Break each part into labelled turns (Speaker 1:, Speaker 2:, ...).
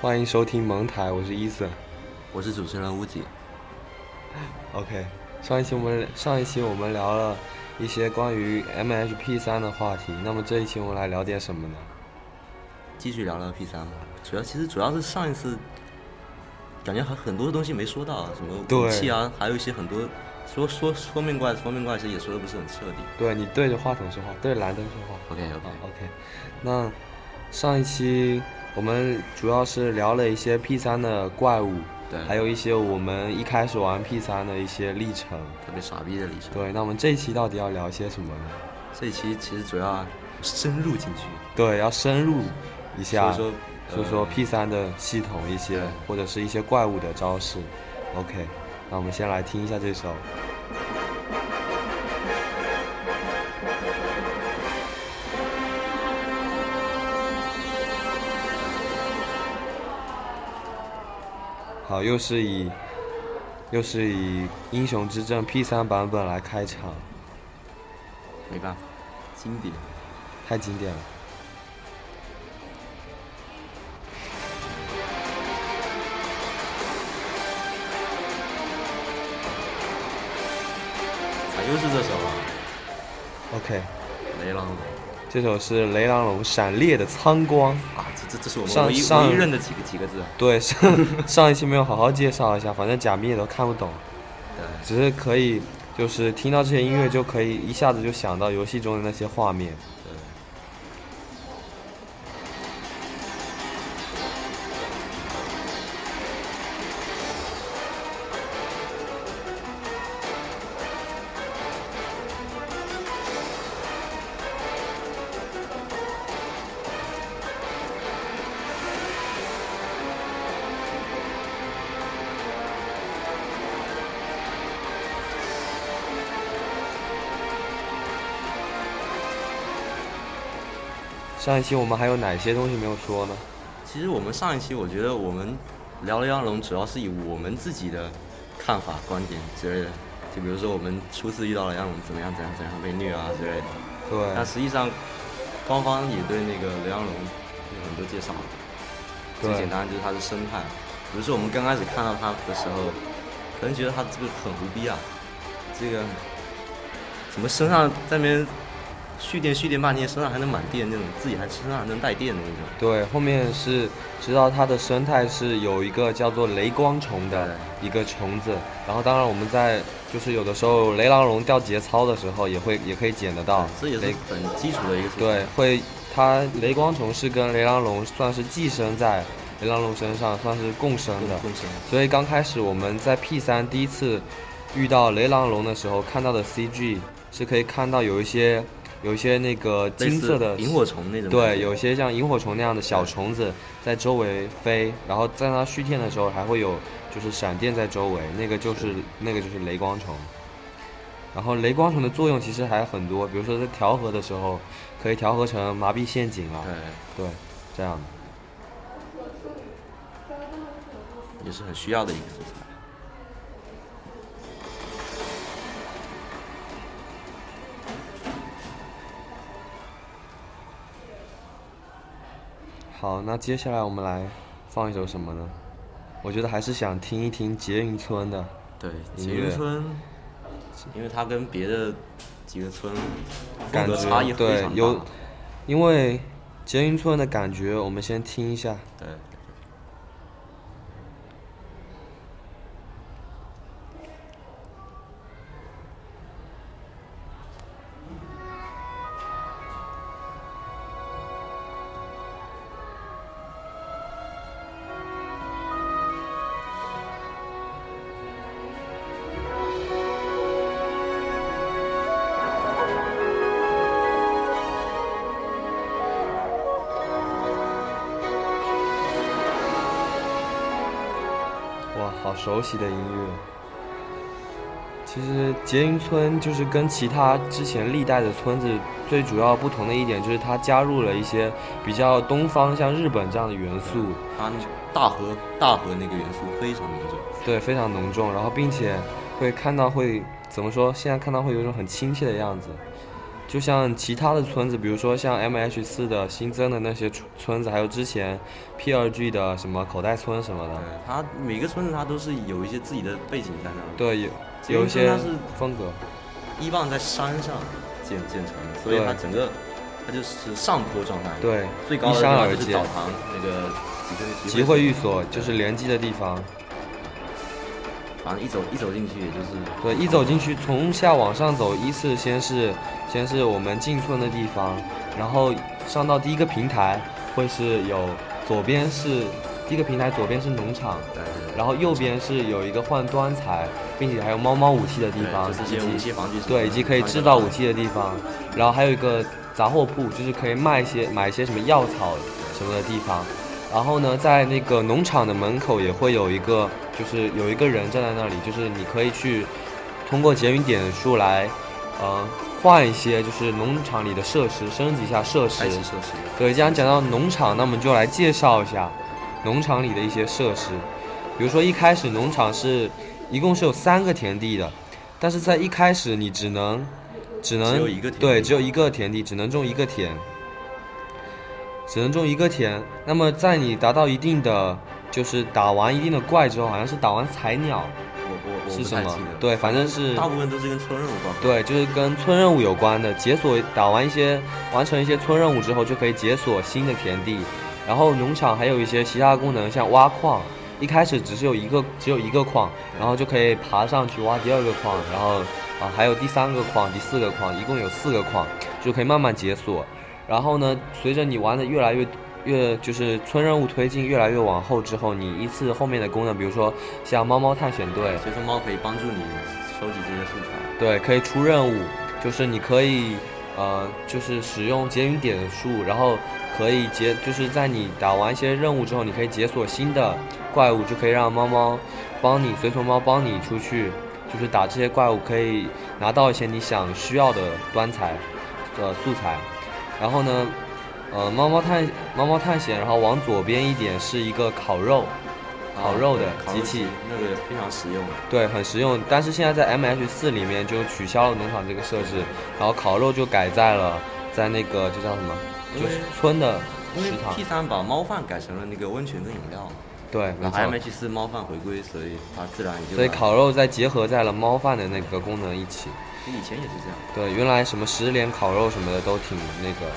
Speaker 1: 欢迎收听蒙台，我是伊森。
Speaker 2: 我是主持人吴景。
Speaker 1: OK，上一期我们上一期我们聊了一些关于 MHP 三的话题，那么这一期我们来聊点什么呢？
Speaker 2: 继续聊聊 P 三吧。主要其实主要是上一次，感觉还很多东西没说到，什么
Speaker 1: 对
Speaker 2: 武器啊，还有一些很多说说说命怪说命怪，其实也说的不是很彻底。
Speaker 1: 对你对着话筒说话，对着蓝灯说话。
Speaker 2: OK OK，、
Speaker 1: 啊，OK，那上一期我们主要是聊了一些 P 三的怪物，
Speaker 2: 对
Speaker 1: 还有一些我们一开始玩 P 三的一些历程。
Speaker 2: 特别傻逼的历程。
Speaker 1: 对，那我们这一期到底要聊些什么呢？
Speaker 2: 这一期其实主要深入进去，
Speaker 1: 对，要深入一下，
Speaker 2: 所以说
Speaker 1: 说
Speaker 2: 呃
Speaker 1: 说 P 三的系统一些，
Speaker 2: 对
Speaker 1: 或者是一些怪物的招式。OK，那我们先来听一下这首。好，又是以又是以英雄之证 P 三版本来开场，
Speaker 2: 没办法，经典。
Speaker 1: 太经典了。
Speaker 2: 啊，又是这首啊，
Speaker 1: OK，
Speaker 2: 雷狼
Speaker 1: 这首是雷狼龙闪裂的苍光。
Speaker 2: 啊，这这这是我们
Speaker 1: 上
Speaker 2: 唯一
Speaker 1: 上
Speaker 2: 唯一认的几个几个字。啊
Speaker 1: 对，上上一期没有好好介绍一下，反正假面也都看不懂，
Speaker 2: 对，
Speaker 1: 只是可以就是听到这些音乐就可以一下子就想到游戏中的那些画面。
Speaker 2: 对。
Speaker 1: 上一期我们还有哪些东西没有说呢？
Speaker 2: 其实我们上一期，我觉得我们聊了妖龙，主要是以我们自己的看法、观点之类的。就比如说我们初次遇到了妖龙，怎么样、怎样、怎样被虐啊之类的。
Speaker 1: 对，
Speaker 2: 但实际上，官方也对那个雷阳龙有很多介绍。最
Speaker 1: 对
Speaker 2: 简单就是它的生态，比如说我们刚开始看到它的时候，可能觉得它这个很胡逼啊，这个什么身上在那边蓄电蓄电半天，身上还能满电那种，自己还身上还能带电的那种。
Speaker 1: 对，后面是知道它的生态是有一个叫做雷光虫的一个虫子，然后当然我们在就是有的时候雷狼龙掉节操的时候也会也可以捡得到
Speaker 2: 这也是
Speaker 1: 雷
Speaker 2: 很基础的一个素材
Speaker 1: 对，会它雷光虫是跟雷狼龙算是寄生在雷狼龙身上，算是共生
Speaker 2: 共
Speaker 1: 的。
Speaker 2: 共生。
Speaker 1: 所以刚开始我们在 P 三第一次遇到雷狼龙的时候，看到的 CG 是可以看到有一些有一些那个
Speaker 2: 类
Speaker 1: 金
Speaker 2: 似
Speaker 1: 色的
Speaker 2: 萤火虫那种感觉。
Speaker 1: 对，有些像萤火虫那样的小虫子在周围飞，然后在它蓄电的时候还会有就是闪电在周围，那个就是那个就是雷光虫。然后雷光虫的作用其实还很多，比如说在调和的时候，可以调和成麻痹陷阱啊，
Speaker 2: 对，
Speaker 1: 对，这样的。
Speaker 2: 也是很需要的一个素材。
Speaker 1: 好，那接下来我们来放一首什么呢？我觉得还是想听一听捷运村的。
Speaker 2: 对，
Speaker 1: 音
Speaker 2: 捷
Speaker 1: 乐
Speaker 2: 运村，因为它跟别的几个村风
Speaker 1: 感
Speaker 2: 格
Speaker 1: 觉
Speaker 2: 差异非
Speaker 1: 对
Speaker 2: 常大。
Speaker 1: 有，因为捷运村的感觉，我们先听一下。
Speaker 2: 对，
Speaker 1: 哇，好熟悉的音乐。其实捷云村就是跟其他之前历代的村子最主要不同的一点，就是它加入了一些比较东方，像日本这样的元素，
Speaker 2: 它那大河大河那个元素非常浓重。
Speaker 1: 对，非常浓重。然后并且会看到会怎么说？现在看到会有一种很亲切的样子，就像其他的村子，比如说像 M H 四的新增的那些村村子，还有之前 P 二 G 的什么口袋村什么的，
Speaker 2: 嗯，它每个村子它都是有一些自己的背景在那的。
Speaker 1: 对，有
Speaker 2: 这
Speaker 1: 有一
Speaker 2: 边村
Speaker 1: 些
Speaker 2: 它是
Speaker 1: 风格。
Speaker 2: 伊棒在山上建建成的，所以
Speaker 1: 对
Speaker 2: 它整个它就是上坡状态。，
Speaker 1: 对，
Speaker 2: 最高的
Speaker 1: 依
Speaker 2: 地
Speaker 1: 山
Speaker 2: 方
Speaker 1: 而
Speaker 2: 就是
Speaker 1: 建
Speaker 2: 澡堂那个集会
Speaker 1: 集
Speaker 2: 会
Speaker 1: 会寓所就是联机的地方。
Speaker 2: 反正一走一走进去也就是
Speaker 1: 对，一走进去，从下往上走，依次先是先是我们进村的地方，然后上到第一个平台，会是有左边是第一个平台，左边是农场，
Speaker 2: 对对
Speaker 1: 然后右边是有一个换端材，并且还有猫猫武器的地
Speaker 2: 对，
Speaker 1: 方，
Speaker 2: 就是一些
Speaker 1: 以
Speaker 2: 武
Speaker 1: 及
Speaker 2: 器防具什么的，
Speaker 1: 对，以及可以制造武器的地方，然后还有一个杂货铺，就是可以卖一些买一些什么药草什么的地方。然后呢，在那个农场的门口也会有一个，就是有一个人站在那里，就是你可以去通过捷运点数来，呃，换一些就是农场里的设施，升级一下设施
Speaker 2: 开。启设施。
Speaker 1: 对，既然讲到农场，那我们就来介绍一下农场里的一些设施。比如说一开始农场是一共是有三个田地的，但是在一开始你只能只能
Speaker 2: 只有一个田地
Speaker 1: 对，只有一个田地，只能种一个田，只能种一个田。那么在你达到一定的就是打完一定的怪之后，好像是打完采鸟
Speaker 2: 我我我
Speaker 1: 是
Speaker 2: 不
Speaker 1: 什
Speaker 2: 太
Speaker 1: 么
Speaker 2: 记得？，
Speaker 1: 对，反正是
Speaker 2: 大部分都是跟村任务挂钩。
Speaker 1: 对，就是跟村任务有关的。解锁打完一些，完成一些村任务之后，就可以解锁新的田地。然后农场还有一些其他功能，像挖矿，一开始只是有一个只有一个矿，然后就可以爬上去挖第二个矿，然后啊还有第三个矿、第四个矿，一共有四个矿，就可以慢慢解锁。然后呢，随着你玩的越来越越就是村任务推进越来越往后之后，你依次后面的功能，比如说像猫猫探险队，
Speaker 2: 所以说猫可以帮助你收集这些素材。
Speaker 1: 对，可以出任务，就是你可以，呃，就是使用结云点数，然后可以解，就是在你打完一些任务之后，你可以解锁新的怪物，就可以让猫猫帮你随从猫帮你出去，就是打这些怪物，可以拿到一些你想需要的端材，呃，素材。然后呢，呃，猫猫探猫猫探险，然后往左边一点是一个烤肉，烤肉的
Speaker 2: 对烤
Speaker 1: 机
Speaker 2: 肉
Speaker 1: 器，
Speaker 2: 那个非常实用。
Speaker 1: 对，很实用。但是现在在 M H 四里面就取消了农场这个设置，然后烤肉就改在了在那个就叫什么，
Speaker 2: 因
Speaker 1: 就
Speaker 2: 为
Speaker 1: 是村的
Speaker 2: 因为
Speaker 1: 食堂
Speaker 2: P。三把猫饭改成了那个温泉跟饮料，
Speaker 1: 对，没
Speaker 2: 然后 M
Speaker 1: 错。
Speaker 2: H 四猫饭回归，所以它自然也就
Speaker 1: 所以
Speaker 2: 把
Speaker 1: 烤肉再结合在了猫饭的那个功能一起。
Speaker 2: 以前也是这样。
Speaker 1: 对，原来什么十连烤肉什么的都挺那个，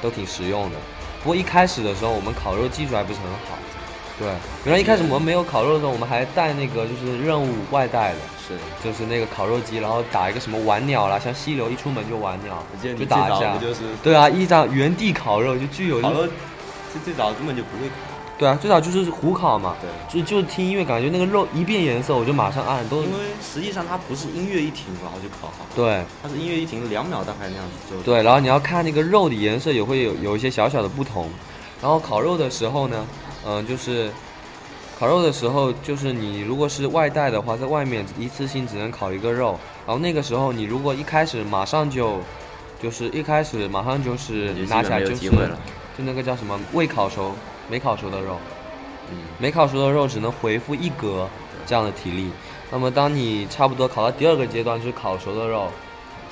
Speaker 1: 都挺实用的。不过一开始的时候，我们烤肉技术还不是很好。对，原来一开始我们没有烤肉的时候，我们还带那个就是任务外带的。
Speaker 2: 是的，
Speaker 1: 就是那个烤肉机，然后打一个什么晚鸟啦，像溪流一出门就晚鸟
Speaker 2: 我记得，你
Speaker 1: 就
Speaker 2: 最
Speaker 1: 打一
Speaker 2: 早
Speaker 1: 下
Speaker 2: 不。就是
Speaker 1: 对啊，一张原地烤肉就具有
Speaker 2: 烤肉，最最早根本就不会烤。
Speaker 1: 对啊，最早就是胡烤嘛，
Speaker 2: 对，
Speaker 1: 就就听音乐感觉那个肉一变颜色我就马上按都
Speaker 2: 因为实际上它不是音乐一停然后就烤好，
Speaker 1: 对
Speaker 2: 它是音乐一停两秒大概那样子就。
Speaker 1: 对，然后你要看那个肉的颜色也会有有一些小小的不同，然后烤肉的时候呢，嗯、就是烤肉的时候就是你如果是外带的话，在外面一次性只能烤一个肉，然后那个时候你如果一开始马上就就是一开始马上就是
Speaker 2: 你就基
Speaker 1: 拿
Speaker 2: 本
Speaker 1: 起来
Speaker 2: 没有
Speaker 1: 就
Speaker 2: 机
Speaker 1: 是
Speaker 2: 会了。
Speaker 1: 就那个叫什么未烤熟没烤熟的肉。
Speaker 2: 嗯，
Speaker 1: 没烤熟的肉只能回复一格这样的体力。那么当你差不多烤到第二个阶段，就是烤熟的肉，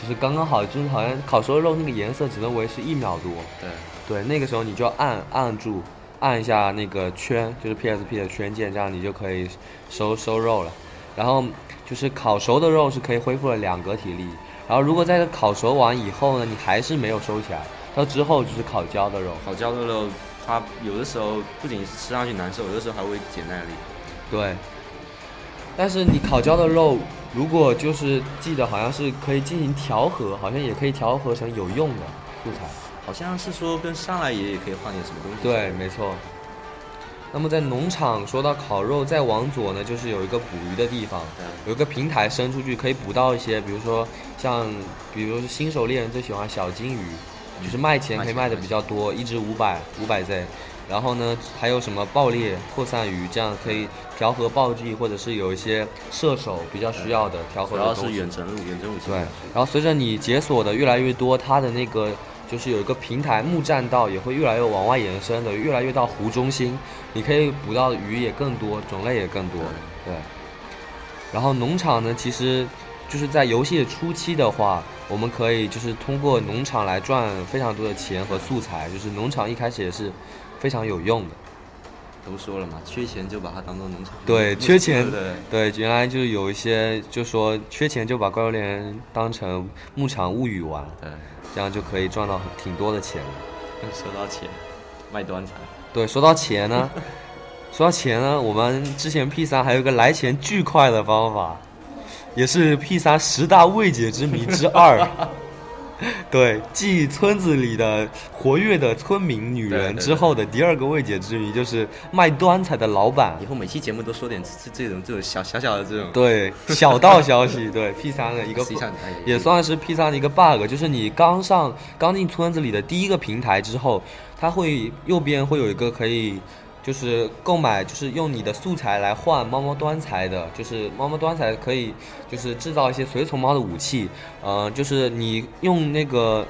Speaker 1: 就是刚刚好，就是好像烤熟的肉那个颜色只能维持一秒多。
Speaker 2: 对，
Speaker 1: 对，那个时候你就要按按住，按一下那个圈，就是 PSP 的圈键，这样你就可以收收肉了。然后就是烤熟的肉是可以恢复了两格体力。然后如果在这烤熟完以后呢，你还是没有收起来，到之后就是烤焦的肉。
Speaker 2: 烤焦的肉，它有的时候不仅是吃上去难受，有的时候还会减耐力。
Speaker 1: 对，但是你烤焦的肉，如果就是记得好像是可以进行调和，好像也可以调和成有用的素材。
Speaker 2: 好像是说跟上来也也可以换点什么东西。
Speaker 1: 对，没错。那么在农场说到烤肉，再往左呢，就是有一个捕鱼的地方，
Speaker 2: 对，
Speaker 1: 有一个平台伸出去可以捕到一些，比如说像，比如说新手猎人最喜欢小金鱼，就是嗯卖钱可以卖的比较多，一只五百五百 Z。然后呢，还有什么爆裂、扩散鱼，这样可以调和暴击，或者是有一些射手比较需要的调和
Speaker 2: 主
Speaker 1: 的
Speaker 2: 要
Speaker 1: 东
Speaker 2: 是
Speaker 1: 西
Speaker 2: 远程路，远程武器。
Speaker 1: 对，然后随着你解锁的越来越多，它的那个就是有一个平台木栈道也会越来越往外延伸的，越来越到湖中心，你可以捕到的鱼也更多，种类也更多。对。然后农场呢，其实就是在游戏的初期的话，我们可以就是通过农场来赚非常多的钱和素材，就是农场一开始也是非常有用的。
Speaker 2: 都说了嘛，缺钱就把它当做农场。
Speaker 1: 对，缺钱
Speaker 2: 对不对，
Speaker 1: 对，原来就是有一些就说缺钱就把怪物猎人当成牧场物语玩，
Speaker 2: 对，
Speaker 1: 这样就可以赚到挺多的钱了
Speaker 2: 收到钱，卖端茶。
Speaker 1: 对，说到钱呢， 说到钱呢，我们之前 P 三还有一个来钱巨快的方法，也是 P 三十大未解之谜之 二。对，继村子里的活跃的村民女
Speaker 2: 对
Speaker 1: 人
Speaker 2: 对
Speaker 1: 之
Speaker 2: 对
Speaker 1: 后的第二个未解之谜就是卖端菜的老板
Speaker 2: 以后每期节目都说点这这种这种小小小的这种，
Speaker 1: 对，小道消息，对 P 三的一 个
Speaker 2: 实际上哎
Speaker 1: 也算是 P 三的一个 bug，就是你刚上刚进村子里的第一个平台之后，它会右边会有一个可以。就是购买，就是用你的素材来换猫猫端材的，就是猫猫端材可以，就是制造一些随从猫的武器，呃，就是你用那个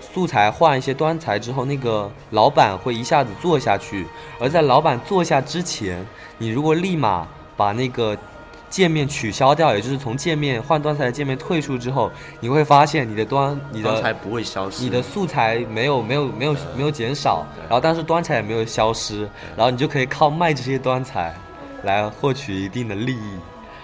Speaker 1: 素材换一些端材之后，那个老板会一下子做下去，而在老板做下之前，你如果立马把那个界面取消掉，也就是从界面换端材的界面退出之后，你会发现你的端你
Speaker 2: 端
Speaker 1: 的
Speaker 2: 材不会消失，
Speaker 1: 你的素材没有没有没有没有减少，然后但是端材也没有消失，然后你就可以靠卖这些端材来获取一定的利益。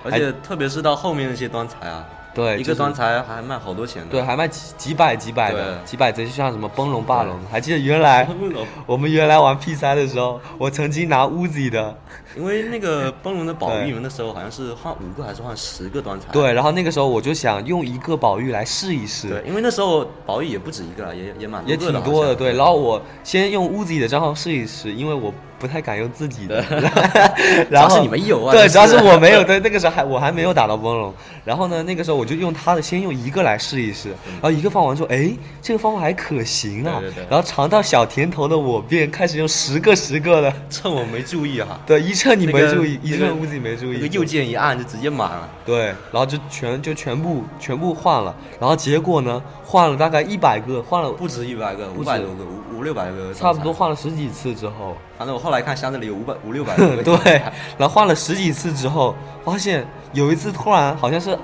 Speaker 2: 而且特别是到后面那些端材啊，
Speaker 1: 对，
Speaker 2: 一
Speaker 1: 就
Speaker 2: 个
Speaker 1: 是
Speaker 2: 端材还卖好多钱呢。
Speaker 1: 对， 还卖几几百几百的，
Speaker 2: 对
Speaker 1: 几百贼就像什么崩龙霸龙，还记得原来
Speaker 2: 不懂，
Speaker 1: 我们原来玩 P 三的时候，我曾经拿 Uzi 的，
Speaker 2: 因为 那个崩龙的宝
Speaker 1: 对
Speaker 2: 玉，那时候好像是换五个还是换十个端材？啊
Speaker 1: 对，然后那个时候我就想用一个宝玉来试一试，
Speaker 2: 对，因为那时候宝玉也不止一个了，也也蛮
Speaker 1: 也
Speaker 2: 个
Speaker 1: 挺
Speaker 2: 的，
Speaker 1: 多
Speaker 2: 好
Speaker 1: 的，
Speaker 2: 像
Speaker 1: 对。然后我先用 Uzi 的账号试一试，因为我不太敢用自己 的，
Speaker 2: 主
Speaker 1: 然
Speaker 2: 要
Speaker 1: 后
Speaker 2: 是你们有啊，
Speaker 1: 对，
Speaker 2: 真
Speaker 1: 主要是我没有，对，那个时候还我还没有打到崩龙，然后呢，那个时候我就用他的，先用一个来试一试，然后一个放完之后，哎，这个方法还可行啊，
Speaker 2: 嗯对对对
Speaker 1: 然后尝到小甜头的我便开始用十个十个的，
Speaker 2: 趁我没注意哈，
Speaker 1: 对，一趁你
Speaker 2: 那
Speaker 1: 没
Speaker 2: 个
Speaker 1: 注意，一
Speaker 2: 那个
Speaker 1: 趁乌自己没注
Speaker 2: 那
Speaker 1: 意，
Speaker 2: 个右键一按就直接满了，
Speaker 1: 对，然后就全就全部全部换了，然后结果呢，换了大概一百个，换了
Speaker 2: 不止一百个，
Speaker 1: 不
Speaker 2: 五
Speaker 1: 止
Speaker 2: 百多个，五五六百个，
Speaker 1: 差不多。换了十几次之后，
Speaker 2: 反正我后来看箱子里有五百五六百个。
Speaker 1: 对，然后换了十几次之后，发现有一次突然好像是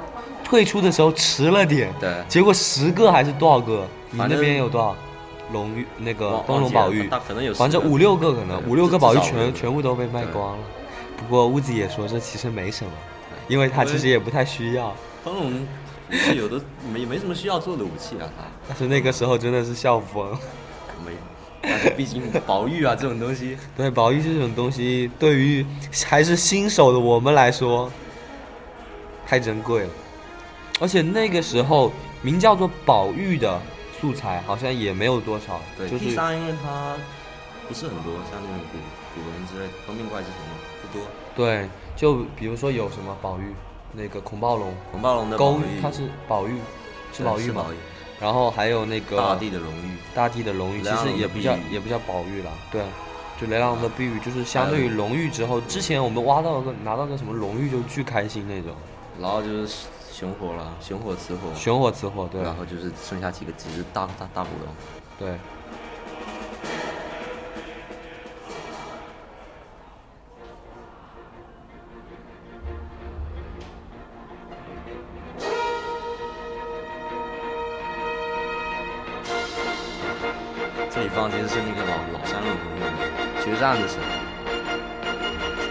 Speaker 1: 退出的时候迟了点，
Speaker 2: 对
Speaker 1: 结果十个还是多少个？你
Speaker 2: 反
Speaker 1: 那
Speaker 2: 正
Speaker 1: 边有多少龙玉那个
Speaker 2: 忘
Speaker 1: 崩
Speaker 2: 忘
Speaker 1: 龙
Speaker 2: 记了
Speaker 1: 宝玉
Speaker 2: 大？可能有
Speaker 1: 反正
Speaker 2: 10个
Speaker 1: 五六个可能
Speaker 2: 对
Speaker 1: 五六个宝玉
Speaker 2: 至少五六
Speaker 1: 全
Speaker 2: 个
Speaker 1: 全部都被卖
Speaker 2: 对
Speaker 1: 光了。不过屋子也说这其实没什么，因为他
Speaker 2: 因为
Speaker 1: 其实也不太需要。
Speaker 2: 灯笼武器有的没没什么需要做的武器啊，
Speaker 1: 但是那个时候真的是笑疯。
Speaker 2: 它没有。但是毕竟宝玉啊这种东西，
Speaker 1: 对，宝玉这种东西对于还是新手的我们来说，太珍贵了。而且那个时候名叫做宝玉的素材好像也没有多少，
Speaker 2: 对，
Speaker 1: 就
Speaker 2: 第
Speaker 1: 是
Speaker 2: 三因为它不是很多，像那种古古文之类的封面怪之什么不多。
Speaker 1: 对，就比如说有什么宝玉，那个孔暴龙、
Speaker 2: 红暴龙的
Speaker 1: 勾
Speaker 2: 宝玉，
Speaker 1: 它是宝玉，是
Speaker 2: 对
Speaker 1: 宝玉
Speaker 2: 是
Speaker 1: 嘛
Speaker 2: 宝？玉，
Speaker 1: 然后还有那个
Speaker 2: 大地的荣誉，
Speaker 1: 大地的龙玉，其
Speaker 2: 雷狼
Speaker 1: 实
Speaker 2: 龙
Speaker 1: 也
Speaker 2: 的
Speaker 1: 不
Speaker 2: 碧
Speaker 1: 叫
Speaker 2: 玉
Speaker 1: 也不叫宝玉了，对，就雷狼龙的碧玉，就是相
Speaker 2: 还有
Speaker 1: 对于龙玉之后，之前我们挖到个拿到个什么龙玉就巨开心那种。
Speaker 2: 然后就是熊火了，熊火雌火，
Speaker 1: 熊火雌火，对
Speaker 2: 然后就是剩下几个只是大大大火龙。
Speaker 1: 对。
Speaker 2: 这里放的其实是那个老老山龙的那个决战的时候，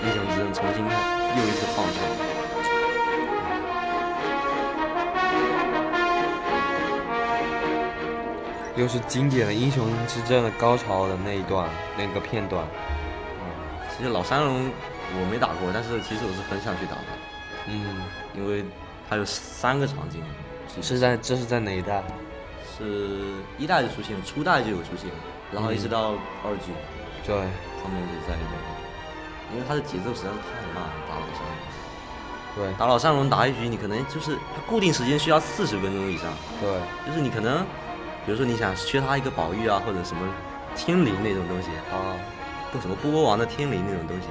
Speaker 2: 英雄之刃重新又一次放出来。
Speaker 1: 又是经典的英雄之争的高潮的那一段那个片段，
Speaker 2: 其实老山龙我没打过，但是其实我是很想去打的，
Speaker 1: 嗯，
Speaker 2: 因为它有三个场景，
Speaker 1: 是在这是在哪一代？
Speaker 2: 是一代就出现，初代就有出现，然后一直到二 G、
Speaker 1: 对，
Speaker 2: 后面就在那个，因为它的节奏实在是太慢了，打老山龙，
Speaker 1: 对，
Speaker 2: 打老山龙打一局你可能就是它固定时间需要四十分钟以上，
Speaker 1: 对，
Speaker 2: 就是你可能比如说你想缺它一个宝玉啊或者什么天灵那种东西，
Speaker 1: 啊，
Speaker 2: 不什么波波王的天灵那种东西，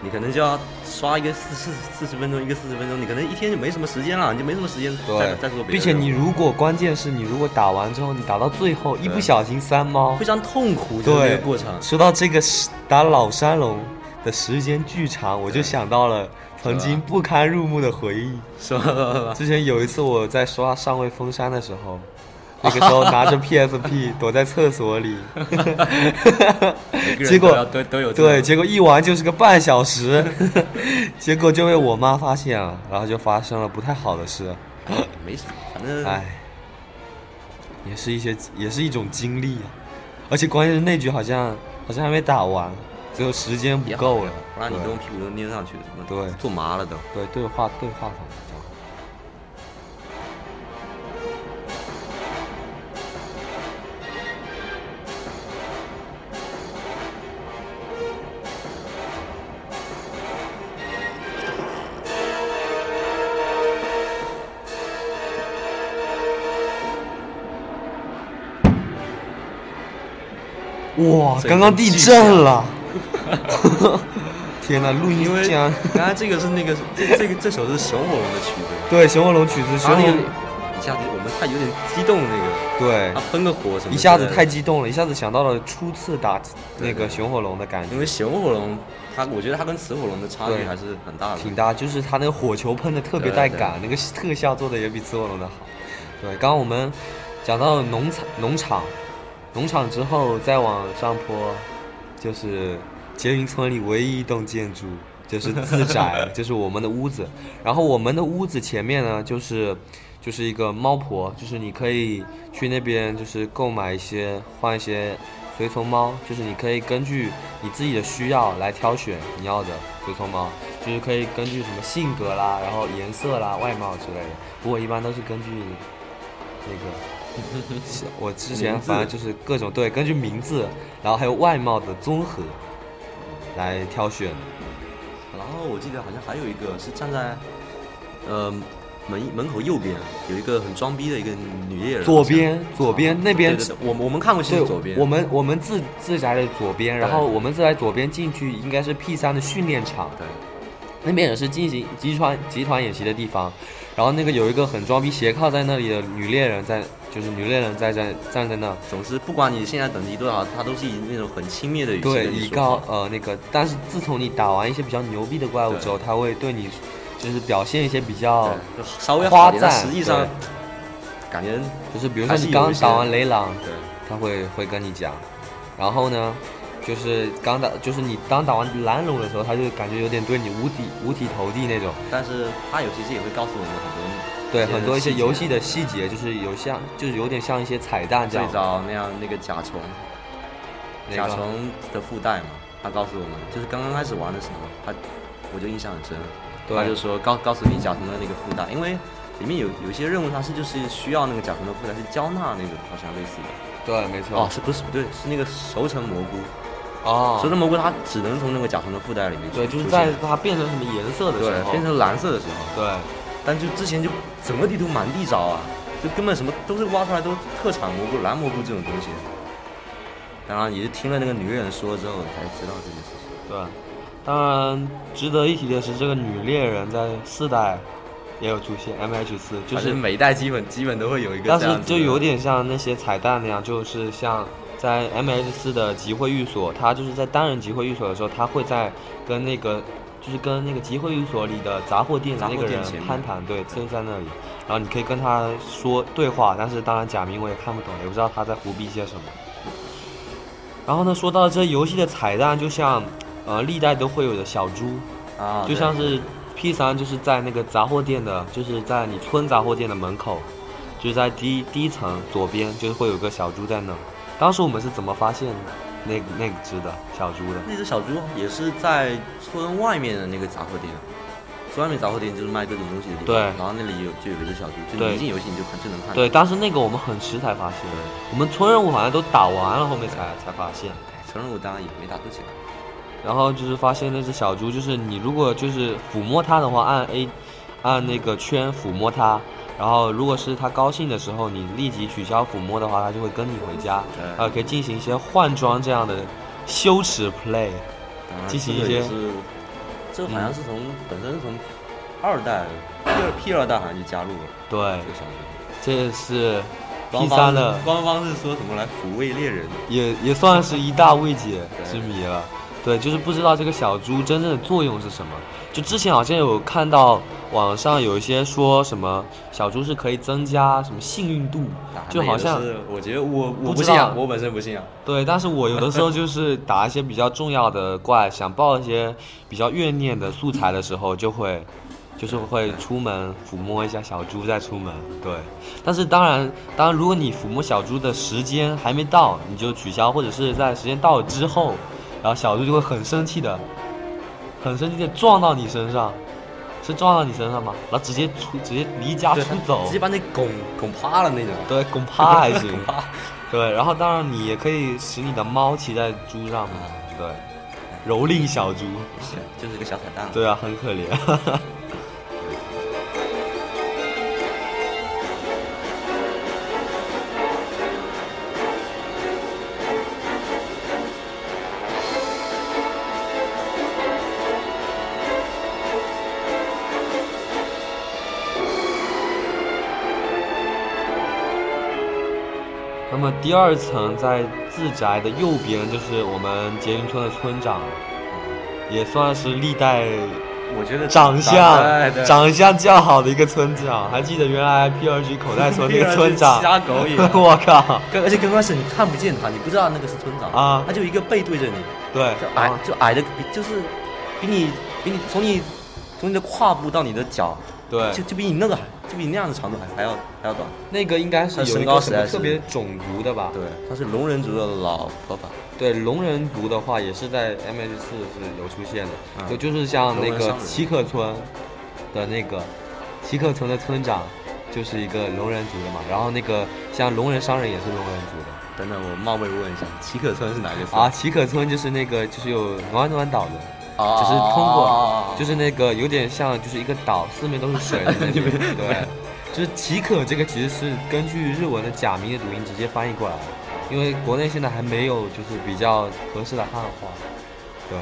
Speaker 2: 你可能就要刷一个四四四十分钟，一个四十分钟，你可能一天就没什么时间了，你就没什么时间再
Speaker 1: 对
Speaker 2: 再做，别
Speaker 1: 并
Speaker 2: 的
Speaker 1: 且
Speaker 2: 任务。
Speaker 1: 你如果关键是你如果打完之后，你打到最后一不小心三猫
Speaker 2: 非，常痛苦的那
Speaker 1: 对
Speaker 2: 个 过程，
Speaker 1: 说到这个是打老山龙的时间巨长，我就想到了曾经不堪入目的回忆。
Speaker 2: 是吧？是吧是吧
Speaker 1: 之前有一次我在刷《上位封山》的时 候，那个时候拿着 PSP 躲在厕所里，
Speaker 2: 每个人
Speaker 1: 结果
Speaker 2: 都要都都有这
Speaker 1: 对，
Speaker 2: 种
Speaker 1: 结果一玩就是个半小时， 结果就被我妈发现了，然后就发生了不太好的事，
Speaker 2: 没什么，反正
Speaker 1: 唉，也是一些也是一种经历啊，而且关键是那局好像好像还没打完，最后时间不
Speaker 2: 也好
Speaker 1: 够了，
Speaker 2: 不然你
Speaker 1: 对
Speaker 2: 动屁股都粘上去了，什么
Speaker 1: 对
Speaker 2: 做麻了都。
Speaker 1: 对对话对话筒这样。哇，
Speaker 2: 这
Speaker 1: 刚
Speaker 2: 个
Speaker 1: 刚地
Speaker 2: 巨
Speaker 1: 震
Speaker 2: 响
Speaker 1: 了！啊 天哪，录音
Speaker 2: 因为
Speaker 1: 竟 然
Speaker 2: 刚才这个是那个这这个这首是熊火龙的曲子，
Speaker 1: 对熊火龙曲子，熊
Speaker 2: 然
Speaker 1: 火
Speaker 2: 后那个
Speaker 1: 龙
Speaker 2: 一下子我们太有点激动那个，
Speaker 1: 对
Speaker 2: 他，喷个火什么，
Speaker 1: 一下子太，激动了，一下子想到了初次打那个熊火龙的感
Speaker 2: 因
Speaker 1: 觉，
Speaker 2: 为熊火龙它我觉得它跟雌火龙的差距
Speaker 1: 对
Speaker 2: 还是很大的，
Speaker 1: 挺大，就是它那个火球喷的特别带感，那个特效做的也比雌火龙的好。对，刚刚我们讲到了农场，农场，农场之后再往上坡，就是捷云村里唯一一栋建筑，就是自宅，就是我们的屋子。然后我们的屋子前面呢，就是就是一个猫婆，就是你可以去那边就是购买一些换一些随从猫，就是你可以根据你自己的需要来挑选你要的随从猫，就是可以根据什么性格啦，然后颜色啦、外貌之类的。不过一般都是根据那个。是 我之前
Speaker 2: 名字
Speaker 1: 反正就是各种对，根据名字，然后还有外貌的综合来挑选。
Speaker 2: 然后我记得好像还有一个是站在，呃。门门口右边有一个很装逼的一个女猎人，
Speaker 1: 左边
Speaker 2: 好像啊
Speaker 1: 左边那边
Speaker 2: 对对对我们我们看过，其实
Speaker 1: 对
Speaker 2: 左边，
Speaker 1: 我们我们自自宅的左边，然
Speaker 2: 对
Speaker 1: 后我们自宅左边进去应该是 P 三的训练场，
Speaker 2: 对
Speaker 1: 那边也是进行集团集团演习的地方。然后那个有一个很装逼斜靠在那里的女猎人在，就是女猎人在站站在那，
Speaker 2: 总之，不管你现在等级多少，他都是以那种很轻蔑的语气
Speaker 1: 对，
Speaker 2: 跟你
Speaker 1: 以
Speaker 2: 说
Speaker 1: 高
Speaker 2: 话
Speaker 1: 呃那个，但是自从你打完一些比较牛逼的怪物之后，他会对你就是表现一些比较，
Speaker 2: 对就稍微好一点，
Speaker 1: 哦夸赞
Speaker 2: 但实际上感觉
Speaker 1: 就是比如说
Speaker 2: 还是
Speaker 1: 你
Speaker 2: 有一
Speaker 1: 刚
Speaker 2: 些
Speaker 1: 打完雷狼，
Speaker 2: 对
Speaker 1: 他会会跟你讲，然后呢，就是刚打，就是你当打完蓝龙的时候，他就感觉有点对你五体五体投地那种。
Speaker 2: 但是他有其实也会告诉我们很
Speaker 1: 对，
Speaker 2: 一些
Speaker 1: 很多一些
Speaker 2: 细节
Speaker 1: 游戏的细节，就是有像，就是有点像一些彩蛋这
Speaker 2: 多最
Speaker 1: 样。
Speaker 2: 早那样那个甲虫，
Speaker 1: 那
Speaker 2: 甲
Speaker 1: 个
Speaker 2: 虫的附带嘛，他告诉我们，就是刚刚开始玩的时候，他我就印象很深，
Speaker 1: 对
Speaker 2: 他就说告告诉你甲虫的那个附带，因为里面有有一些任务它是就是需要那个甲虫的附带是胶纳那种，好像类似的
Speaker 1: 对，没错。
Speaker 2: 哦，是不是不对？是那个熟成蘑菇。
Speaker 1: 哦
Speaker 2: 所以说蘑菇它只能从那个甲虫的附带里面
Speaker 1: 对，就是
Speaker 2: 出现
Speaker 1: 在它变成什么颜色的时
Speaker 2: 对
Speaker 1: 候，
Speaker 2: 变成蓝色的时候，
Speaker 1: 对
Speaker 2: 但就之前就整个地图满地找啊，就根本什么都是挖出来都是特产蘑菇、蓝蘑菇这种东西。当然也是听了那个女人说之后才知道这件事情。
Speaker 1: 对。当然，值得一提的是，这个女猎人在四代也有出现，M H 四，就
Speaker 2: 反
Speaker 1: 是
Speaker 2: 正每一代基本基本都会有一个
Speaker 1: 但
Speaker 2: 这
Speaker 1: 是
Speaker 2: 样子
Speaker 1: 就
Speaker 2: 的
Speaker 1: 有点像那些彩蛋那样，就是像在 M H 四的集会寓所，它就是在单人集会寓所的时候，它会在跟那个就是跟那个集会寓所里的杂货店的
Speaker 2: 杂货
Speaker 1: 那个
Speaker 2: 店
Speaker 1: 人
Speaker 2: 前面
Speaker 1: 攀谈，对，就在那里，然后你可以跟他说对话，但是当然假名我也看不懂，也不知道他在胡逼些什么。然后呢，说到这游戏的彩蛋，就像呃历代都会有的小猪，
Speaker 2: 啊，
Speaker 1: 就
Speaker 2: 对
Speaker 1: 像是 P 三，就是在那个杂货店的，就是在你村杂货店的门口，就是在第一第一层左边，就是会有个小猪在那。当时我们是怎么发现那那只的小猪的？
Speaker 2: 那只小猪也是在村外面的那个杂货店。村外面杂货店就是卖各种东西的地方，
Speaker 1: 对
Speaker 2: 然后那里有就有一只小猪，就
Speaker 1: 对
Speaker 2: 你一进游戏你就看就能看到。
Speaker 1: 对，当时那个我们很迟才发现，我们村任务好像都打完了，后面才才发现。
Speaker 2: 成人我哎当然也没打多久，
Speaker 1: 然后就是发现那只小猪，就是你如果就是抚摸它的话，按 A，按那个圈抚摸它，然后如果是它高兴的时候，你立即取消抚摸的话，它就会跟你回家，
Speaker 2: 对
Speaker 1: 然后可以啊进行一些换装这样的羞耻 play。
Speaker 2: 当然
Speaker 1: 进行
Speaker 2: 这个
Speaker 1: 一些嗯
Speaker 2: 也是，这个好像是从、本身是从二代 P 二 P 二代好像就加入了
Speaker 1: 对
Speaker 2: 这，个小说。
Speaker 1: 这是 P
Speaker 2: 官
Speaker 1: 三
Speaker 2: 方
Speaker 1: 的，
Speaker 2: 官方是说什么来抚慰猎人？
Speaker 1: 也也算是一大未解
Speaker 2: 对
Speaker 1: 之谜了。对，就是不知道这个小猪真正的作用是什么。就之前好像有看到网上有一些说什么小猪是可以增加什么幸运度，就好像
Speaker 2: 那也是我觉得我我
Speaker 1: 不知道
Speaker 2: 信仰，我本身不信仰。
Speaker 1: 对，但是我有的时候就是打一些比较重要的怪，想报一些比较怨念的素材的时候，就会，就是会出门抚摸一下小猪再出门。对，但是当然，当然，如果你抚摸小猪的时间还没到，你就取消，或者是在时间到了之后，然后小猪就会很生气的，很生气的撞到你身上，是撞到你身上吗？然后直接出，直接离家
Speaker 2: 对
Speaker 1: 出
Speaker 2: 他
Speaker 1: 走
Speaker 2: 直，接把你拱拱趴了那种。
Speaker 1: 对，拱趴还行。
Speaker 2: 拱趴。
Speaker 1: 对，然后当然你也可以使你的猫骑在猪上嘛，对，蹂躏小猪，
Speaker 2: 是就是个小彩蛋。
Speaker 1: 对啊，很可怜。那么第二层在自宅的右边就是我们捷云村的村长，也算是历代
Speaker 2: 我觉得
Speaker 1: 长
Speaker 2: 哎对
Speaker 1: 相长相较好的一个村长。还记得原来 P 二 G 口袋村那 个村长，
Speaker 2: 瞎狗眼。
Speaker 1: 我靠，
Speaker 2: 跟而且刚开始你看不见他，你不知道那个是村长
Speaker 1: 啊
Speaker 2: 他就一个背对着你，
Speaker 1: 对
Speaker 2: 就，矮
Speaker 1: 啊
Speaker 2: 就矮的比就是比你比你从你从你的胯部到你的脚，
Speaker 1: 对
Speaker 2: 就，就比你那个还就比你那样的长度还还要还要短。
Speaker 1: 那个应该是
Speaker 2: 他
Speaker 1: 有
Speaker 2: 身
Speaker 1: 一
Speaker 2: 高
Speaker 1: 个
Speaker 2: 实
Speaker 1: 什么
Speaker 2: 在是
Speaker 1: 特别种族的吧？
Speaker 2: 对，他是龙人族的老老板，
Speaker 1: 对，龙人族的话也是在 M H 四是有出现的，
Speaker 2: 嗯
Speaker 1: 就就是像那
Speaker 2: 龙人商
Speaker 1: 个
Speaker 2: 人
Speaker 1: 七克村的那个七克村的村长就是一个龙人族的嘛，然后那个像龙人商人也是龙人族的
Speaker 2: 等等，我冒昧问一下，齐可村是哪个村
Speaker 1: 啊，？七克村就是那个就是有暖暖岛的，
Speaker 2: 啊
Speaker 1: 就是通过
Speaker 2: 啊
Speaker 1: 就是那个有点像就是一个岛，四面都是水的那
Speaker 2: 你
Speaker 1: 种，
Speaker 2: 们
Speaker 1: 对。就是“奇可”这个其实是根据日文的假名的读音直接翻译过来的，因为国内现在还没有就是比较合适的汉化。对。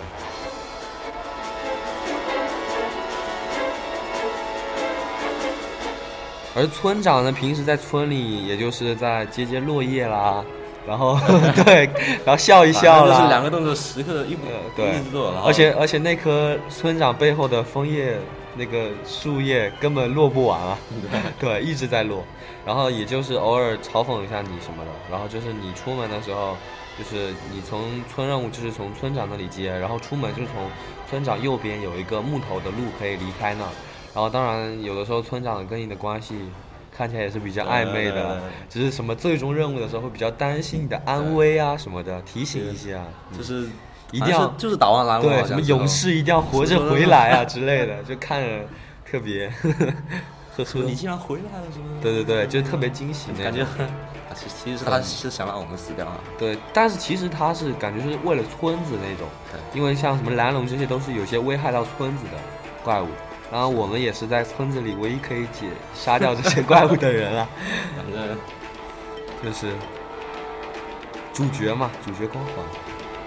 Speaker 1: 而村长呢，平时在村里也就是在接接落叶啦，然后 对，然后笑一笑
Speaker 2: 反正
Speaker 1: 啦，
Speaker 2: 就是两个动作时刻一不
Speaker 1: 呃，
Speaker 2: 一
Speaker 1: 对
Speaker 2: 不做，然，后
Speaker 1: 而且而且那棵村长背后的枫叶，那个树叶根本落不完啊， 对，一直在落，然后也就是偶尔嘲讽一下你什么的，然后就是你出门的时候，就是你从村任务就是从村长那里接，然后出门就是从村长右边有一个木头的路可以离开那儿，然后当然有的时候村长跟你的关系。看起来也是比较暧昧
Speaker 2: 对对对
Speaker 1: 的，只是什么最终任务的时候会比较担心你的安危啊什么的，提醒一下。
Speaker 2: 嗯就是
Speaker 1: 一定要
Speaker 2: 反正是就是打完篮网
Speaker 1: 对，
Speaker 2: 好
Speaker 1: 什
Speaker 2: 像
Speaker 1: 么
Speaker 2: 是吧
Speaker 1: 勇士一定要活着回来啊之类的，就看着特 别呵呵
Speaker 2: 说。你竟然回来了什么的？
Speaker 1: 对对对，就特别惊喜那
Speaker 2: 感觉
Speaker 1: 种。
Speaker 2: 很，啊其其实是他是想让我们死掉啊。
Speaker 1: 对，但是其实他是感觉是为了村子那种，
Speaker 2: 对
Speaker 1: 因为像什么蓝龙这些都是有些危害到村子的怪物，然后我们也是在村子里唯一可以解杀掉这些怪物的人啊，
Speaker 2: 反正
Speaker 1: 就是主角嘛，主角光环，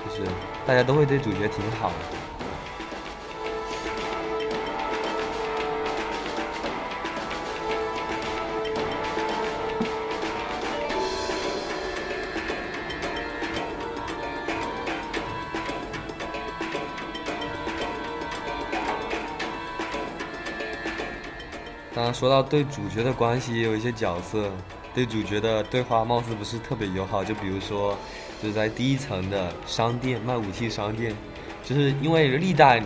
Speaker 1: 就是大家都会对主角挺好的。当然，说到对主角的关系，也有一些角色对主角的对话貌似不是特别友好。就比如说，就是在第一层的商店卖武器商店，就是因为历代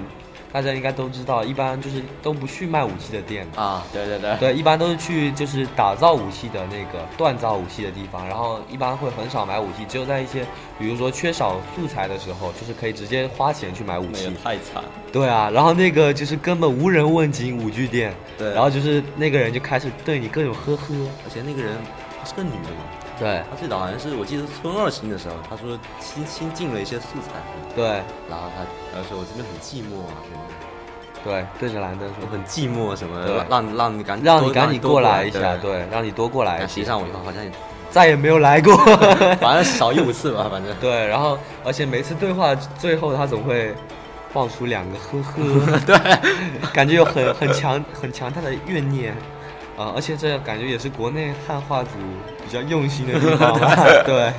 Speaker 1: 大家应该都知道，一般就是都不去卖武器的店，
Speaker 2: 啊，对对对，
Speaker 1: 对，一般都是去就是打造武器的那个锻造武器的地方，然后一般会很少买武器，只有在一些比如说缺少素材的时候，就是可以直接花钱去买武
Speaker 2: 那
Speaker 1: 器
Speaker 2: 个。太惨了。
Speaker 1: 对啊，然后那个就是根本无人问津五具店，
Speaker 2: 对
Speaker 1: 然后就是那个人就开始对你各种呵呵，
Speaker 2: 而且那个人她是个女的嘛，
Speaker 1: 对
Speaker 2: 她最早好像是我记得是村二新的时候，她说新新进了一些素材，
Speaker 1: 对
Speaker 2: 然后她然后说我这边很寂寞啊什么的，
Speaker 1: 对，对着兰登
Speaker 2: 我
Speaker 1: 说，
Speaker 2: 很寂寞啊什么
Speaker 1: 对
Speaker 2: 的，让让你赶
Speaker 1: 让你
Speaker 2: 多
Speaker 1: 赶紧
Speaker 2: 多
Speaker 1: 过来一下，
Speaker 2: 对。
Speaker 1: 对，哎让你多过来一
Speaker 2: 但实际
Speaker 1: 些，
Speaker 2: 上我以后好像也，
Speaker 1: 再也没有来过。
Speaker 2: 反正少一五次吧，反正
Speaker 1: 对，然后而且每次对话最后他总会放出两个呵 呵，对，感觉有很很强很强大的怨念。啊、而且这感觉也是国内汉化组比较用心的地啊 方吧，对。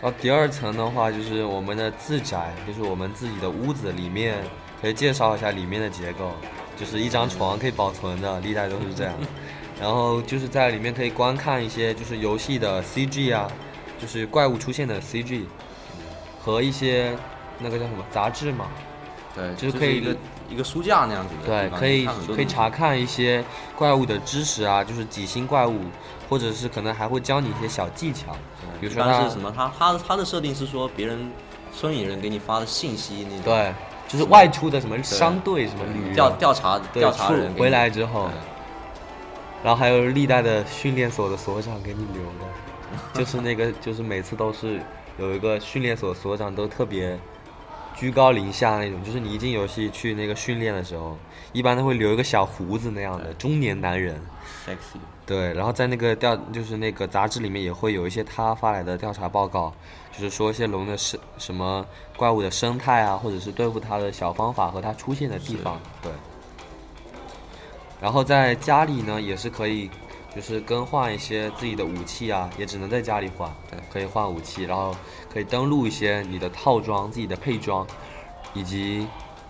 Speaker 1: 然后第二层的话就是我们的自宅，就是我们自己的屋子里面，可以介绍一下里面的结构，就是一张床可以保存的，历代都是这样。然后就是在里面可以观看一些就是游戏的 CG 啊，就是怪物出现的 CG，和一些那个叫什么杂志嘛，
Speaker 2: 对，
Speaker 1: 就是
Speaker 2: 是
Speaker 1: 可以
Speaker 2: 一个一个书架那样子的
Speaker 1: 对
Speaker 2: 地，方，
Speaker 1: 可以
Speaker 2: 看很多
Speaker 1: 可以
Speaker 2: 东西
Speaker 1: 查看一些怪物的知识啊，就是几星怪物，或者是可能还会教你一些小技巧，比
Speaker 2: 一
Speaker 1: 如说
Speaker 2: 般
Speaker 1: 它
Speaker 2: 是什么？他他他的设定是说别人村里人给你发的信息那种，
Speaker 1: 对，就是
Speaker 2: 什么
Speaker 1: 外出的什么商队什么旅游
Speaker 2: 调调查
Speaker 1: 对
Speaker 2: 调查
Speaker 1: 出
Speaker 2: 人给
Speaker 1: 回
Speaker 2: 你
Speaker 1: 来之后，然后还有历代的训练所的所长给你留的， 就是那个就是每次都是有一个训练所所长都特别居高临下那种，就是你一进游戏去那个训练的时候，一般都会留一个小胡子那样的中年男人。
Speaker 2: 对 sexy，
Speaker 1: 对，然后在那个调就是那个杂志里面也会有一些他发来的调查报告，就是说一些龙的生什么怪物的生态啊，或者是对付它的小方法和它出现的地方。对。然后在家里呢，也是可以，就是更换一些自己的武器啊，也只能在家里换。
Speaker 2: 对
Speaker 1: 可以换武器，然后可以登录一些你的套装、自己的配装，以及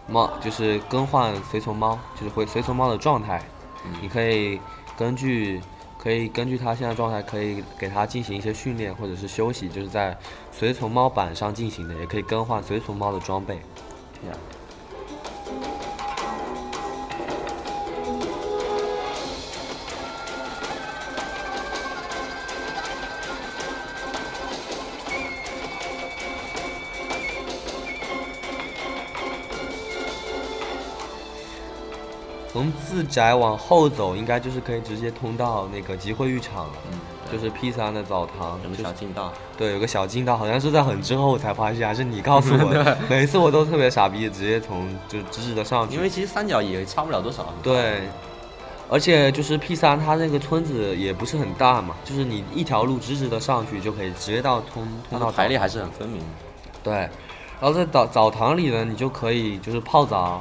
Speaker 1: 猫，就是更换随从猫，就是回随从猫的状态。你可以根据可以根据它现在状态，可以给它进行一些训练或者是休息，就是在随从猫版上进行的，也可以更换随从猫的装备。
Speaker 2: 呀
Speaker 1: 从自宅往后走，应该就是可以直接通到那个集会浴场了，
Speaker 2: 嗯，
Speaker 1: 就是 P 三的澡堂，
Speaker 2: 什
Speaker 1: 就
Speaker 2: 么
Speaker 1: 是
Speaker 2: 小劲道，
Speaker 1: 对，有个小劲道，好像是在很之后才发现，还是你告诉我的。每一次我都特别傻逼，直接从就直直的上去。
Speaker 2: 因为其实三角也差不了多少，
Speaker 1: 对，而且就是 P 三，它那个村子也不是很大嘛，就是你一条路直直的上去就可以直接到通通
Speaker 2: 它的
Speaker 1: 到
Speaker 2: 排
Speaker 1: 岛
Speaker 2: 列还是很分明的，
Speaker 1: 对，然后在澡澡堂里呢，你就可以就是泡澡，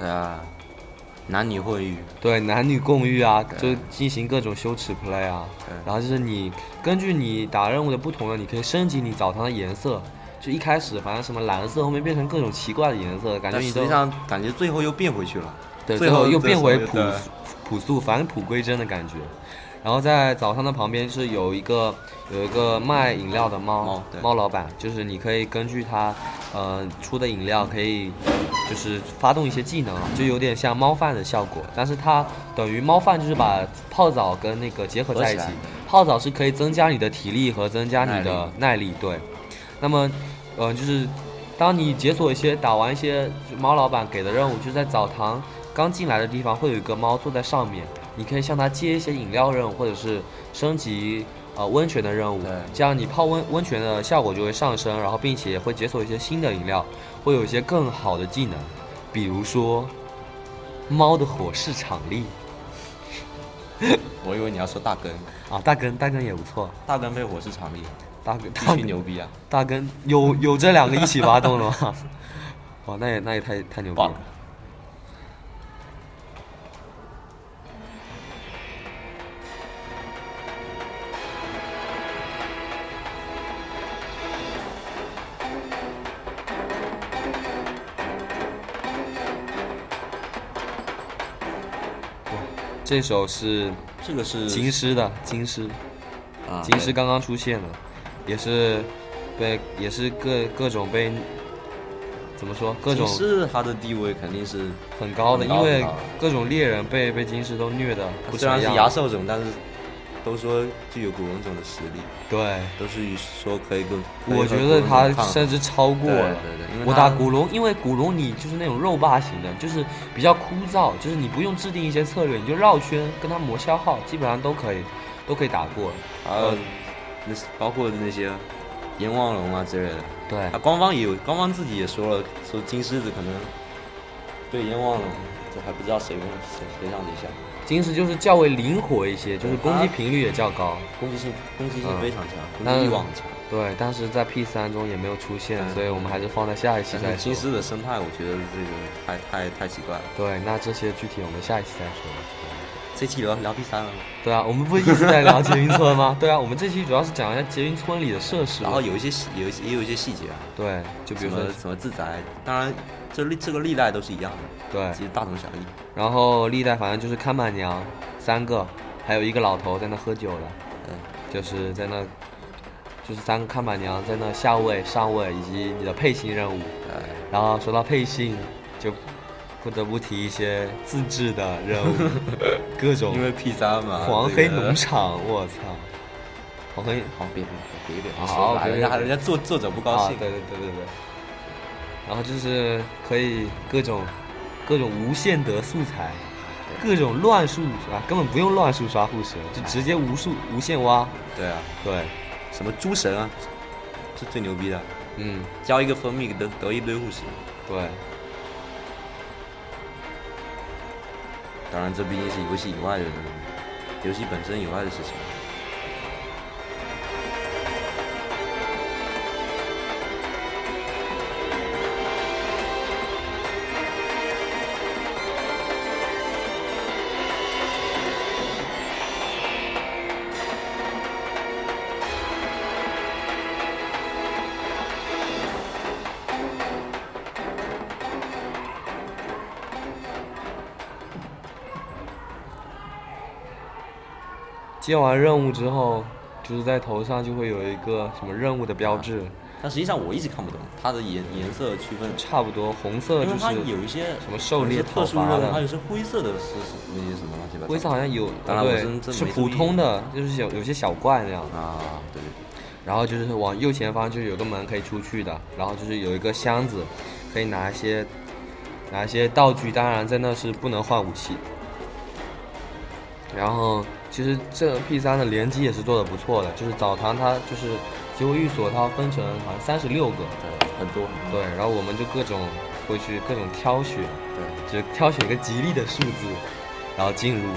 Speaker 2: 啊，男女会浴，
Speaker 1: 对，男女共浴啊，就
Speaker 2: 对
Speaker 1: 进行各种羞耻 play 啊。
Speaker 2: 对
Speaker 1: 然后就是你根据你打任务的不同呢，你可以升级你澡堂的颜色。就一开始反正什么蓝色，后面变成各种奇怪的颜色，感觉
Speaker 2: 但
Speaker 1: 你
Speaker 2: 实
Speaker 1: 都
Speaker 2: 际上感觉最后又变回去了，
Speaker 1: 对，
Speaker 2: 最
Speaker 1: 最后
Speaker 2: 后
Speaker 1: 又
Speaker 2: 最
Speaker 1: 变
Speaker 2: 后
Speaker 1: 回
Speaker 2: 又
Speaker 1: 朴
Speaker 2: 对
Speaker 1: 素朴素返璞归真的感觉。然后在澡堂的旁边是有一个有一个卖饮料的猫
Speaker 2: 猫对
Speaker 1: 猫老板，就是你可以根据它呃出的饮料可以就是发动一些技能啊，就有点像猫饭的效果，但是它等于猫饭就是把泡澡跟那个结合
Speaker 2: 合
Speaker 1: 在
Speaker 2: 起
Speaker 1: 一起
Speaker 2: 来，
Speaker 1: 泡澡是可以增加你的体力和增加你的耐力，对。那么，呃，就是当你解锁一些打完一些就猫老板给的任务，就在澡堂刚进来的地方会有一个猫坐在上面，你可以向它接一些饮料任务，或者是升级呃温泉的任务
Speaker 2: 对。
Speaker 1: 这样你泡温温泉的效果就会上升，然后并且会解锁一些新的饮料，会有一些更好的技能，比如说猫的火势场力
Speaker 2: 我以为你要说大根，
Speaker 1: 啊，大根大根也不错，
Speaker 2: 大根配火是场力，
Speaker 1: 大 根
Speaker 2: 必
Speaker 1: 大
Speaker 2: 须
Speaker 1: 根
Speaker 2: 牛逼啊，
Speaker 1: 大根有有这两个一起发动了 吗？哇，那也那也太太牛逼
Speaker 2: 棒
Speaker 1: 了！。这首是
Speaker 2: 这个是
Speaker 1: 金狮的金狮，
Speaker 2: 啊，
Speaker 1: 金狮
Speaker 2: 对
Speaker 1: 刚刚出现的，也是被也是各各种被怎么说各种
Speaker 2: 金狮它的地位肯定是，
Speaker 1: 很高的，
Speaker 2: 很
Speaker 1: 因
Speaker 2: 高
Speaker 1: 为
Speaker 2: 很高
Speaker 1: 各种猎人被被金狮都虐的不
Speaker 2: 虽然
Speaker 1: 成
Speaker 2: 是
Speaker 1: 样
Speaker 2: 牙兽种，但是都说具有古龙种的实力，
Speaker 1: 对。
Speaker 2: 都是说可以跟。可以和
Speaker 1: 我觉得
Speaker 2: 古龙
Speaker 1: 他
Speaker 2: 种抗衡
Speaker 1: 甚至超过了。
Speaker 2: 对对对因为
Speaker 1: 我
Speaker 2: 他
Speaker 1: 打古龙，因为古龙你就是那种肉霸型的，就是比较枯燥，就是你不用制定一些策略，你就绕圈跟他磨消耗，基本上都可以，都可以打过。
Speaker 2: 还有那些包括那些阎王龙啊之类的。
Speaker 1: 对
Speaker 2: 啊，官方也有，官方自己也说了，说金狮子可能对阎王龙，这还不知道谁攻谁谁上谁下，
Speaker 1: 金石就是较为灵活一些，就是攻击频率也较高。
Speaker 2: 攻击性攻击
Speaker 1: 嗯
Speaker 2: 性非常强，
Speaker 1: 那
Speaker 2: 攻击欲望很强。
Speaker 1: 对，但是在 P 三中也没有出现，
Speaker 2: 嗯
Speaker 1: 所以我们还是放在下一期
Speaker 2: 但
Speaker 1: 再
Speaker 2: 是金
Speaker 1: 说。
Speaker 2: 狮的生态，我觉得这个太太太奇怪了。
Speaker 1: 对，那这些具体我们下一期再说。
Speaker 2: 这期聊聊 B 三了吗？
Speaker 1: 对啊，我们不一直在聊捷运村吗？ 对啊，我们这期主要是讲一下捷运村里的设施。
Speaker 2: 然后有一些细，有一些也有一些细节啊，
Speaker 1: 对，就比
Speaker 2: 什
Speaker 1: 如说
Speaker 2: 么什么自宅，当然这历这个历代都是一样的，
Speaker 1: 对，
Speaker 2: 其实大同小异。
Speaker 1: 然后历代反正就是看板娘三个，还有一个老头在那喝酒的。
Speaker 2: 嗯，
Speaker 1: 就是在那，就是三个看板娘在那下位、上位以及你的配星任务。
Speaker 2: 呃，
Speaker 1: 然后说到配星，就不得不提一些自制的任 务，各种
Speaker 2: 因为 P 三嘛，
Speaker 1: 黄黑
Speaker 2: 啊这个
Speaker 1: 农场，我操，黄黑
Speaker 2: 好，别别别别别
Speaker 1: 好
Speaker 2: 说了，
Speaker 1: 别
Speaker 2: 人家
Speaker 1: 别
Speaker 2: 人家作作者不高
Speaker 1: 啊，
Speaker 2: 兴。
Speaker 1: 对对对对对。然后就是可以各种各种无限得素材，各种乱数啊，根本不用乱数刷护士，就直接无数无限挖。
Speaker 2: 对啊，
Speaker 1: 对，
Speaker 2: 什么诸神啊，是最牛逼的，
Speaker 1: 嗯，
Speaker 2: 交一个蜂蜜得得一堆护士。
Speaker 1: 对。
Speaker 2: 当然，这毕竟是游戏以外的，游戏本身以外的事情。
Speaker 1: 接完任务之后，就是在头上就会有一个什么任务的标
Speaker 2: 啊
Speaker 1: 志，
Speaker 2: 但实际上我一直看不懂它的颜颜色区分，
Speaker 1: 差不多红色
Speaker 2: 因
Speaker 1: 就
Speaker 2: 为它有
Speaker 1: 是
Speaker 2: 一些
Speaker 1: 什么狩
Speaker 2: 有一
Speaker 1: 猎
Speaker 2: 些
Speaker 1: 讨
Speaker 2: 特殊
Speaker 1: 伐
Speaker 2: 任务，还有
Speaker 1: 的，
Speaker 2: 一些灰色的是是那些什么乱七八糟。
Speaker 1: 灰色好像有，
Speaker 2: 当然我真
Speaker 1: 对，
Speaker 2: 真
Speaker 1: 是
Speaker 2: 没
Speaker 1: 普
Speaker 2: 注意
Speaker 1: 通的，就是有有些小怪那样。
Speaker 2: 啊，对对对，
Speaker 1: 然后就是往右前方就是有个门可以出去的，然后就是有一个箱子，可以拿一些拿一些道具，当然在那是不能换武器。然后其实这个 P 三的联机也是做的不错的，就是澡堂它就是结果寓所它分成好像三十六个，
Speaker 2: 对很多很多
Speaker 1: 对，然后我们就各种会去各种挑选，
Speaker 2: 对
Speaker 1: 就挑选一个吉利的数字，然后进入。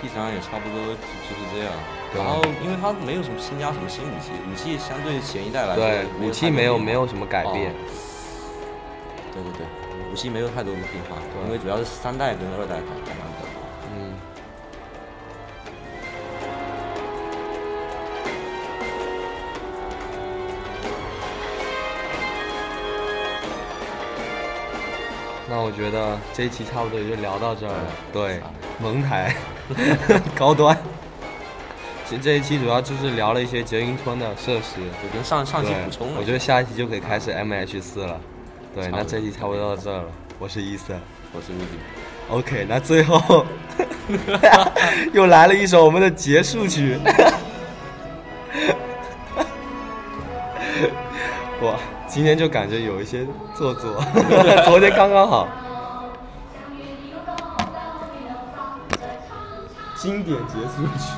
Speaker 2: ，P 三也差不多就就是这样。
Speaker 1: 对
Speaker 2: 然后，因为它没有什么新加什么新武器，武器相对前一代来说，
Speaker 1: 对，武器没有没
Speaker 2: 有
Speaker 1: 有什么改变。哦
Speaker 2: 太哦多的变化。对对对，武器没有太多的变化，
Speaker 1: 对
Speaker 2: 因为主要是三代跟二代改改版本。
Speaker 1: 嗯。那我觉得这一期差不多也就聊到这儿了。对，蒙台， 高端。其实这一期主要就是聊了一些捷运村的设施，
Speaker 2: 就跟上上期
Speaker 1: 对
Speaker 2: 补充了
Speaker 1: 我
Speaker 2: 一
Speaker 1: 觉得
Speaker 2: 下。
Speaker 1: 下一期就可以开始 M H 四了。对，
Speaker 2: 差不
Speaker 1: 那
Speaker 2: 多
Speaker 1: 这期差不多到这儿了。我是伊森。
Speaker 2: 我是吴迪，
Speaker 1: OK，那最后又来了一首我们的结束曲。 哇，今天就感觉有一些做作， 昨天刚刚好。经典结束曲。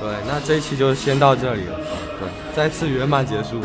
Speaker 1: 对，那这一期就先到这里了。对，再次圆满结束。